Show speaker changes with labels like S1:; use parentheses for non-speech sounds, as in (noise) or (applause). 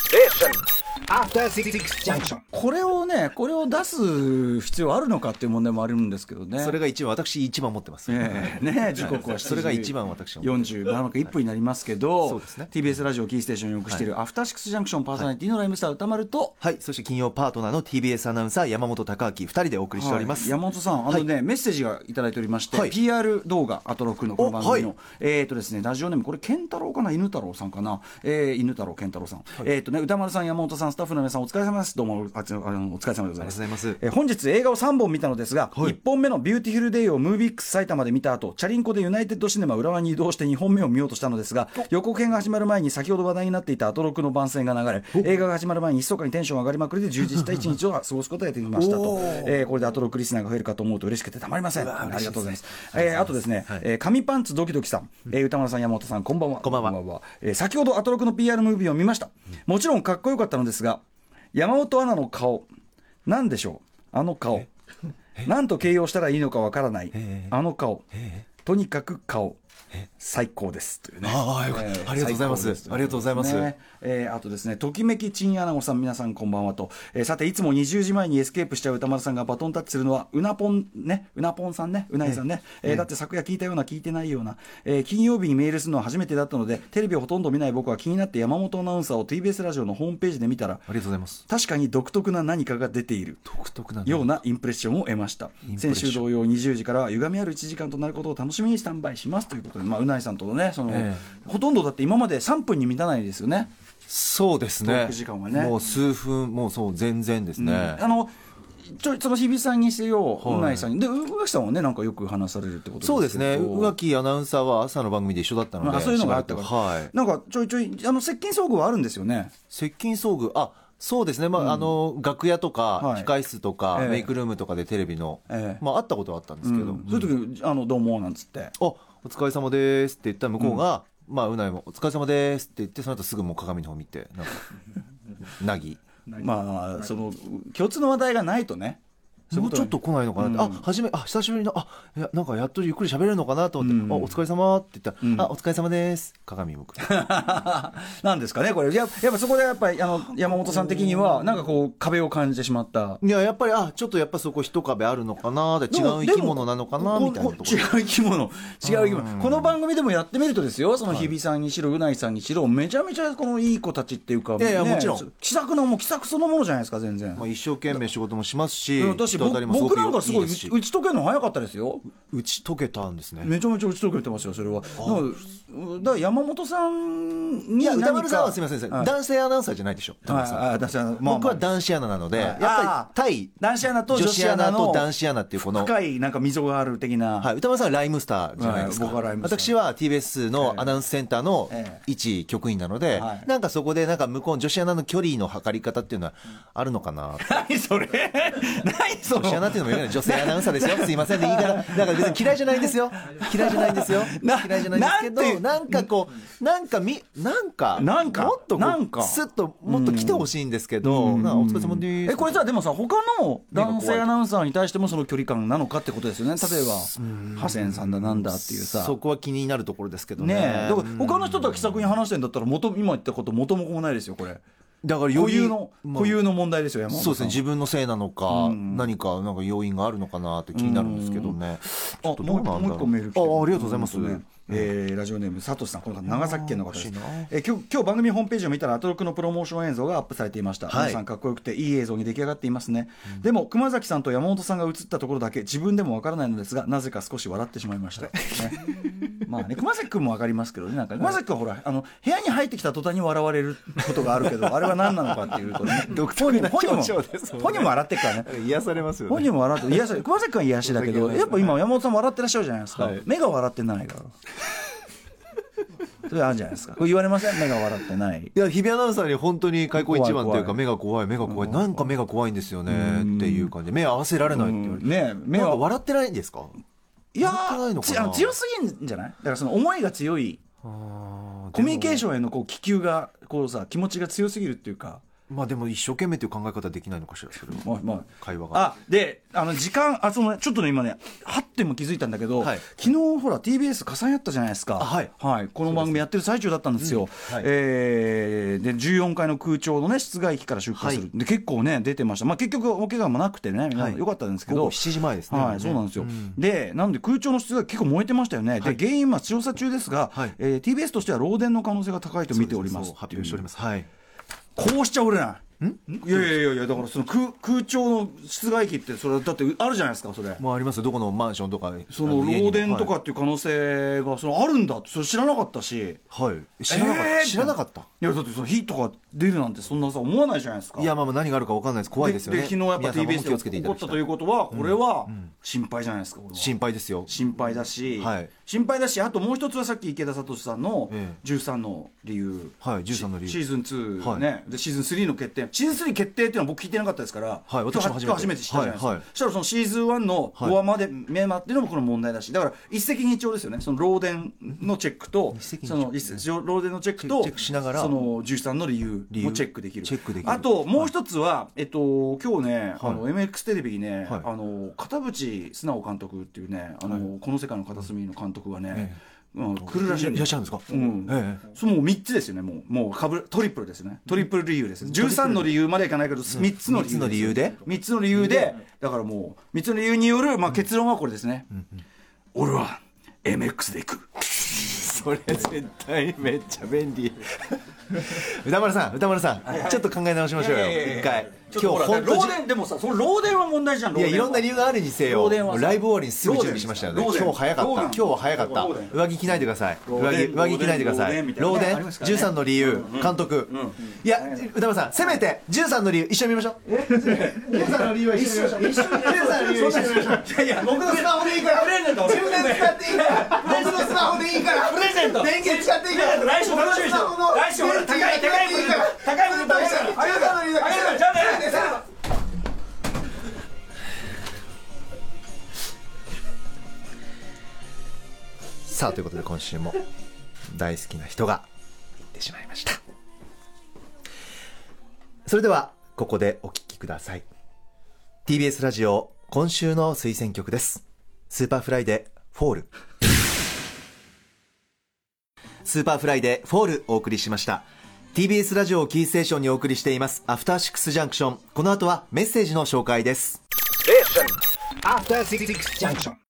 S1: Station.
S2: After Six Junction.
S3: これをねこれを出す必要あるのかっていう問題もあるんですけどね
S4: それが一番私一番持ってます、
S3: ええ
S4: (laughs)
S3: ね時刻は7時
S4: それが一番私は思
S3: 40まもなく1分になりますけど、
S4: そうですね
S3: TBS ラジオキーステーションにお送りしている、アフターシックスジャンクションパーソナリティのライムスター歌丸と、
S4: はいそして金曜パートナーの TBS アナウンサー山本貴明二人でお送りしております、
S3: 山本さん、あのね、メッセージがいただいておりまして、
S4: はい
S3: PR 動画、アトロックのこの番組の、
S4: おはい
S3: えーとですね、ラジオネーム、これ、健太郎かな、犬太郎さんかな、えー犬太郎、健太郎さん、えーとね、歌丸さん、山本さん、スタッフの皆さん、お疲れ様です、どうも、あつあのお疲れ様でございます。
S4: ありがとうございます
S3: えー本日、映画を3本見たのですが、
S4: はい
S3: 1本目のビューティフルデイをムービックス埼玉で見た後、チャリンコでユナイテッドシネマ浦和に移動して2本目を見ようとしたのですが、予告編が始まる前に、先ほど話題になっていたアトロックの番宣が流れ、映画が始まる前に、密かにテンション上がりまくりで、充実した一日を過ごすことができましたと。えーこれでアトロックリスナーが増えるかと思うと嬉しくてたまりません。ありがとうございます。えーあとですね、えー紙パンツドキドキさん、えー歌丸さん、山本さん、こんばんは。
S4: こんばんは
S3: えー先ほどアトロックの PR ムービーを見ました。もちろんかっこよかったのですが、山本アナの顔、なんでしょう、あの顔。なんと形容したらいいのかわからない、あの顔、とにかく顔、最高です。というね。
S4: ああよかった、
S3: えー
S4: ありがとうございま
S3: 最高です
S4: ありがとうございます、
S3: ねえーあとですね、ときめきチンアナゴさん、皆さんこんばんはと、えーさて、いつも20時前にエスケープしちゃう歌丸さんがバトンタッチするのは、うなぽんね、うなぽんさんね、うないさんね、えーだって昨夜聞いたような、聞いてないような、えー金曜日にメールするのは初めてだったので、テレビをほとんど見ない僕は気になって、山本アナウンサーを TBS ラジオのホームページで見たら、
S4: ありがとうございます
S3: 確かに独特な何かが出ている。
S4: 独特な
S3: よう
S4: な
S3: なインプレッションを得ました
S4: ンプレ
S3: 先
S4: ッション
S3: 週同様20時からは歪みある1時間となることを楽しみにスタンバイしますということで、まあ、うないさんとのねその、
S4: え
S3: ほとんどだって今まで3分に満たないですよね、
S4: そうです
S3: ト
S4: ね
S3: ーク時間はね
S4: もう数分もうそう全然です
S3: うん
S4: ね、
S3: あのちょその日比さんにせよ、
S4: はいう
S3: ないさんにで宇垣さんはねなんかよく話されるってことですけど
S4: そうですね宇垣アナウンサーは朝の番組で一緒だったので、
S3: まあそういうのがあったから、
S4: はい
S3: なんかちょいちょいあの接近遭遇はあるんですよね
S4: 接近遭遇あそうですね、まああの楽屋とか、
S3: はい
S4: 控室とか、
S3: ええ
S4: メイクルームとかでテレビの、
S3: ええ
S4: まあ、会ったことはあったんですけど、
S3: そういう時あのどうもなんつって
S4: あお疲れ様ですって言った向こうが、まあうないもお疲れ様ですって言ってその後すぐもう鏡の方見てなんか (laughs) なぎ
S3: まあその共通の話題がないとねそうい
S4: も
S3: う
S4: う
S3: こ
S4: ち
S3: と
S4: ょっと来ないのかなって、あ初めあ久しぶりのあいやなんかやっとゆっくり喋れるのかなと思って、あお疲れ様って言ったら、あお疲れ様です鏡向く
S3: なんですかねこれややっぱそこでやっぱりあの山本さん的にはなんかこう壁を感じてしまった
S4: いややっぱりあちょっとやっぱそこ一壁あるのかなって違う生き物なのかな
S3: でも
S4: みたいなとこ
S3: ここ違う生き物違う生き物この番組でもやってみるとですよその日比さんにしろうないさんにしろめちゃめちゃこのいい子たちっていうか
S4: いやいやもちろん
S3: 気さくのもう気さくそのものじゃないですか全然
S4: まあ、一生懸命仕事もしますし、
S3: うん私
S4: 人当たり
S3: 僕
S4: もすご
S3: 僕
S4: く
S3: なんかすごい
S4: で
S3: 打
S4: す
S3: ち
S4: し
S3: 打ち解けるの早かったですよ
S4: 打ち解けたんですね。
S3: めちゃめちゃ打ち解けてますよそれはだからだから山本さんに
S4: いや、
S3: 何か
S4: 歌丸さんはすみません、
S3: はい
S4: 男性アナウンサーじゃないでしょ、歌
S3: はい
S4: 丸さん。
S3: はい私はまあまあ
S4: 僕は男子アナなので、
S3: はい
S4: やっぱり対
S3: 男子アナと
S4: 女
S3: 女
S4: 子
S3: 子
S4: ア
S3: ア
S4: ナ
S3: ナ
S4: と
S3: の
S4: 男子アナっていうこの、
S3: 深いなんか溝がある的な、
S4: はい、歌丸さんはライムスターじゃないですか、
S3: はい僕はライムスター
S4: 私は TBS のアナウンスセンターの
S3: ええ
S4: 一局員なので、
S3: はい
S4: なんかそこでなんか向こうの女子アナの距離の測り方っていうのはあるのかなって
S3: 何それ何そ
S4: 女子アナ
S3: の
S4: っていうのもいない女性アナウンサ
S3: (laughs)
S4: ーですよすいませんね言い方なんか別に嫌いじゃないんですよ嫌いじゃないんですよ
S3: な
S4: 嫌いじゃないんですけど
S3: なん
S4: な
S3: て
S4: んかこうなんかみなんか
S3: なんか
S4: もっとこう
S3: なんか
S4: スッともっと来てほしいんですけどなんかお疲れ様です
S3: えこれさでもさ他の男性アナウンサーに対してもその距離感なのかってことですよね例えばハセンさんだなんだっていうさ
S4: そこは気になるところですけどね
S3: ねえだから他の人とは気さくに話してんだったら元今言ったこと元も子もないですよこれ
S4: だから
S3: 固有の
S4: まあ
S3: 固有の問題ですよ山本さ
S4: そ
S3: ん
S4: うですね自分のせいなのか何かなんか要因があるのかなって気になるんですけどねちょっとどうなんだろ
S3: あもう一個メール来てる
S4: あありがとうございます
S3: 本当ねえーラジオネーム佐藤さんこの方長崎県の方です
S4: 欲しいな
S3: えー今日今日番組ホームページを見たらアトロックのプロモーション映像がアップされていました、
S4: はい
S3: 皆さんかっこよくていい映像に出来上がっていますね、でも熊崎さんと山本さんが映ったところだけ自分でもわからないのですがなぜか少し笑ってしまいました、ね、まあね熊崎君もわかりますけどねなんか熊崎君はほらあの部屋に入ってきた途端に笑われることがあるけどあれは何なのかっていうとね
S4: 独特な
S3: 本人も
S4: 表情ですもんね
S3: 本人も笑ってっからね
S4: 癒されますよ
S3: 本
S4: ね
S3: 人も笑って、癒
S4: (laughs)
S3: やし、熊崎君は癒やしだけど、やっぱ今、山本さんも笑ってらっしゃるじゃないですか
S4: はい。
S3: 目が笑ってないから。それあるじゃないですか。これ言われません目が笑ってない。
S4: いや日比アナウンサーに本当に開口一番とい
S3: 怖い
S4: うか
S3: 怖い
S4: 目が怖い目が怖いなんか目が怖いんですよねっていう感じで目合わせられないって言われて
S3: ね目
S4: 目は
S3: は、
S4: 笑ってないんですか
S3: いや
S4: 笑ってないのかな
S3: つあの強すぎんじゃないだからその思いが強い、コミュニケーションへのこう気球が、こうさ、気持ちが強すぎるっていうか、
S4: まあでも一生懸命という考え方できないのかしらそれは、
S3: まあまあ
S4: 会話が
S3: あであの時間あそのねちょっとね今ねはっても気づいたんだけど、
S4: はい
S3: 昨日ほら TBS 火災あったじゃないですか
S4: あはい
S3: この番組やってる最中だったんですよ
S4: うんはい
S3: えーで14階の空調のね室外機から出火する、
S4: はい
S3: で結構ね出てました、まあ、結局お怪我もなくてね、皆さん
S4: はい
S3: よかったんですけ
S4: 午
S3: ど
S4: 後7時前ですね
S3: はい、そうなんですよ、
S4: うん
S3: でなんで空調の室外機結構燃えてましたよね、
S4: はい
S3: で原因は調査中ですが、
S4: はい
S3: えー TBS としては漏電の可能性が高いと見ております
S4: そう発表しておりますはい
S3: こうしちゃおれない。いやいやいやいや、だからその空空調の室外機って、それだってあるじゃないですか、それ。
S4: もうありますよどこのマンションとか
S3: そ
S4: あ
S3: の
S4: 家にも
S3: 漏電とか
S4: は
S3: っていう可能性がそのあるんだって、それ知らなかったし。
S4: い、はい知らなかった、
S3: えー
S4: 知らなかった
S3: いや、だってその火とか出るなんて、そんなさ、思わないじゃないですか。
S4: いやまあまあ何があるか分かんないです怖いですよね
S3: で昨日やっぱ
S4: 皆様も
S3: TBS
S4: 気をつけ
S3: で
S4: て
S3: 起
S4: い
S3: こ
S4: ただ
S3: っ
S4: き
S3: た
S4: たい
S3: ということは、これは心配じゃないですか、これは
S4: 心配ですよ
S3: 心配だし、
S4: はい
S3: 心配だし、あともう一つはさっき池田聡さんの
S4: え
S3: 13の理由、
S4: はい13の理由
S3: シーズン2、
S4: はい
S3: ねで、シーズン3の決定、シーズン3決定っていうのは僕聞いてなかったですから、
S4: はい
S3: 今日
S4: 私
S3: 今日
S4: も初めて
S3: 初めて知ったじゃないですか、
S4: はいはい
S3: そしたらそのシーズン1の
S4: はい
S3: 5話まで目まっていうのもこの問題だし、だから一石二鳥ですよね、その漏電のチェックと、
S4: (laughs) 一石二
S3: そ
S4: 鳥
S3: の一石漏電のチェックと、
S4: チェックしながら
S3: その13の理由
S4: 理
S3: も
S4: 由
S3: チェックできる、
S4: チェックできる
S3: あともう一つは、えっと今日ね、あの
S4: は
S3: MX テレビにね、
S4: はい
S3: あの片渕素直監督っていうね、あのこの世界の片隅の監督がね、うん、来るらしい
S4: いらっしゃるんですか
S3: うん
S4: え
S3: そうもう3つですよね、もうもうかぶトリプルですよね、トリプル理由です、13の理由までいかないけど、3つの理由
S4: 三つの理由で
S3: 3つの理由で、だからもう、3つの理由による、まあ、結論はこれですね、俺は MX で行く、
S4: それ絶対めっちゃ便利 (laughs) 歌丸さん歌丸さん、ちょっと考え直しましょうよ
S3: いやいやいやいや
S4: 一回
S3: ちょっと
S4: 今日
S3: ほら
S4: 本当に
S3: 漏電、でもさ、その漏電は問題じゃん、
S4: いやいろんな理
S3: 由
S4: 由があるにせ
S3: 漏
S4: よ
S3: 電はさ
S4: ライブ終わりにすぐ準備しましたよね
S3: 漏電
S4: 今日早かった
S3: 漏電
S4: 今日は早かった
S3: 漏電
S4: 上着着ないでください
S3: 漏
S4: 上
S3: 電
S4: 着上着着ないでくださ
S3: 漏
S4: い
S3: 電みたいなね
S4: 漏電
S3: ありますからね
S4: 13の理由監督いや歌丸さんせめて13の理由一緒に見ましょう13の理由は一緒に見ましょう13の理由は一緒に見ましょう
S3: いやいや、
S4: 僕のスマホでいいから
S3: プレゼント
S4: 自分で使っていいから僕のスマホでいいから
S3: プレゼント
S4: 電源使っていいから
S3: 来週楽しみにしてる来週ほら高い高いプレゼント高いプレゼントあげるから
S4: 13の理由だ
S3: あ
S4: け
S3: げるからじゃあね
S4: さあということで今週も大好きな人が行ってしまいましたそれではここでお聞きください TBS ラジオ今週の推薦曲ですスーパーフライでフォールスーパーフライでフォールお送りしました TBS ラジオをキーステーションにお送りしていますアフターシックスジャンクションこの後はメッセージの紹介です
S2: After Six Junction.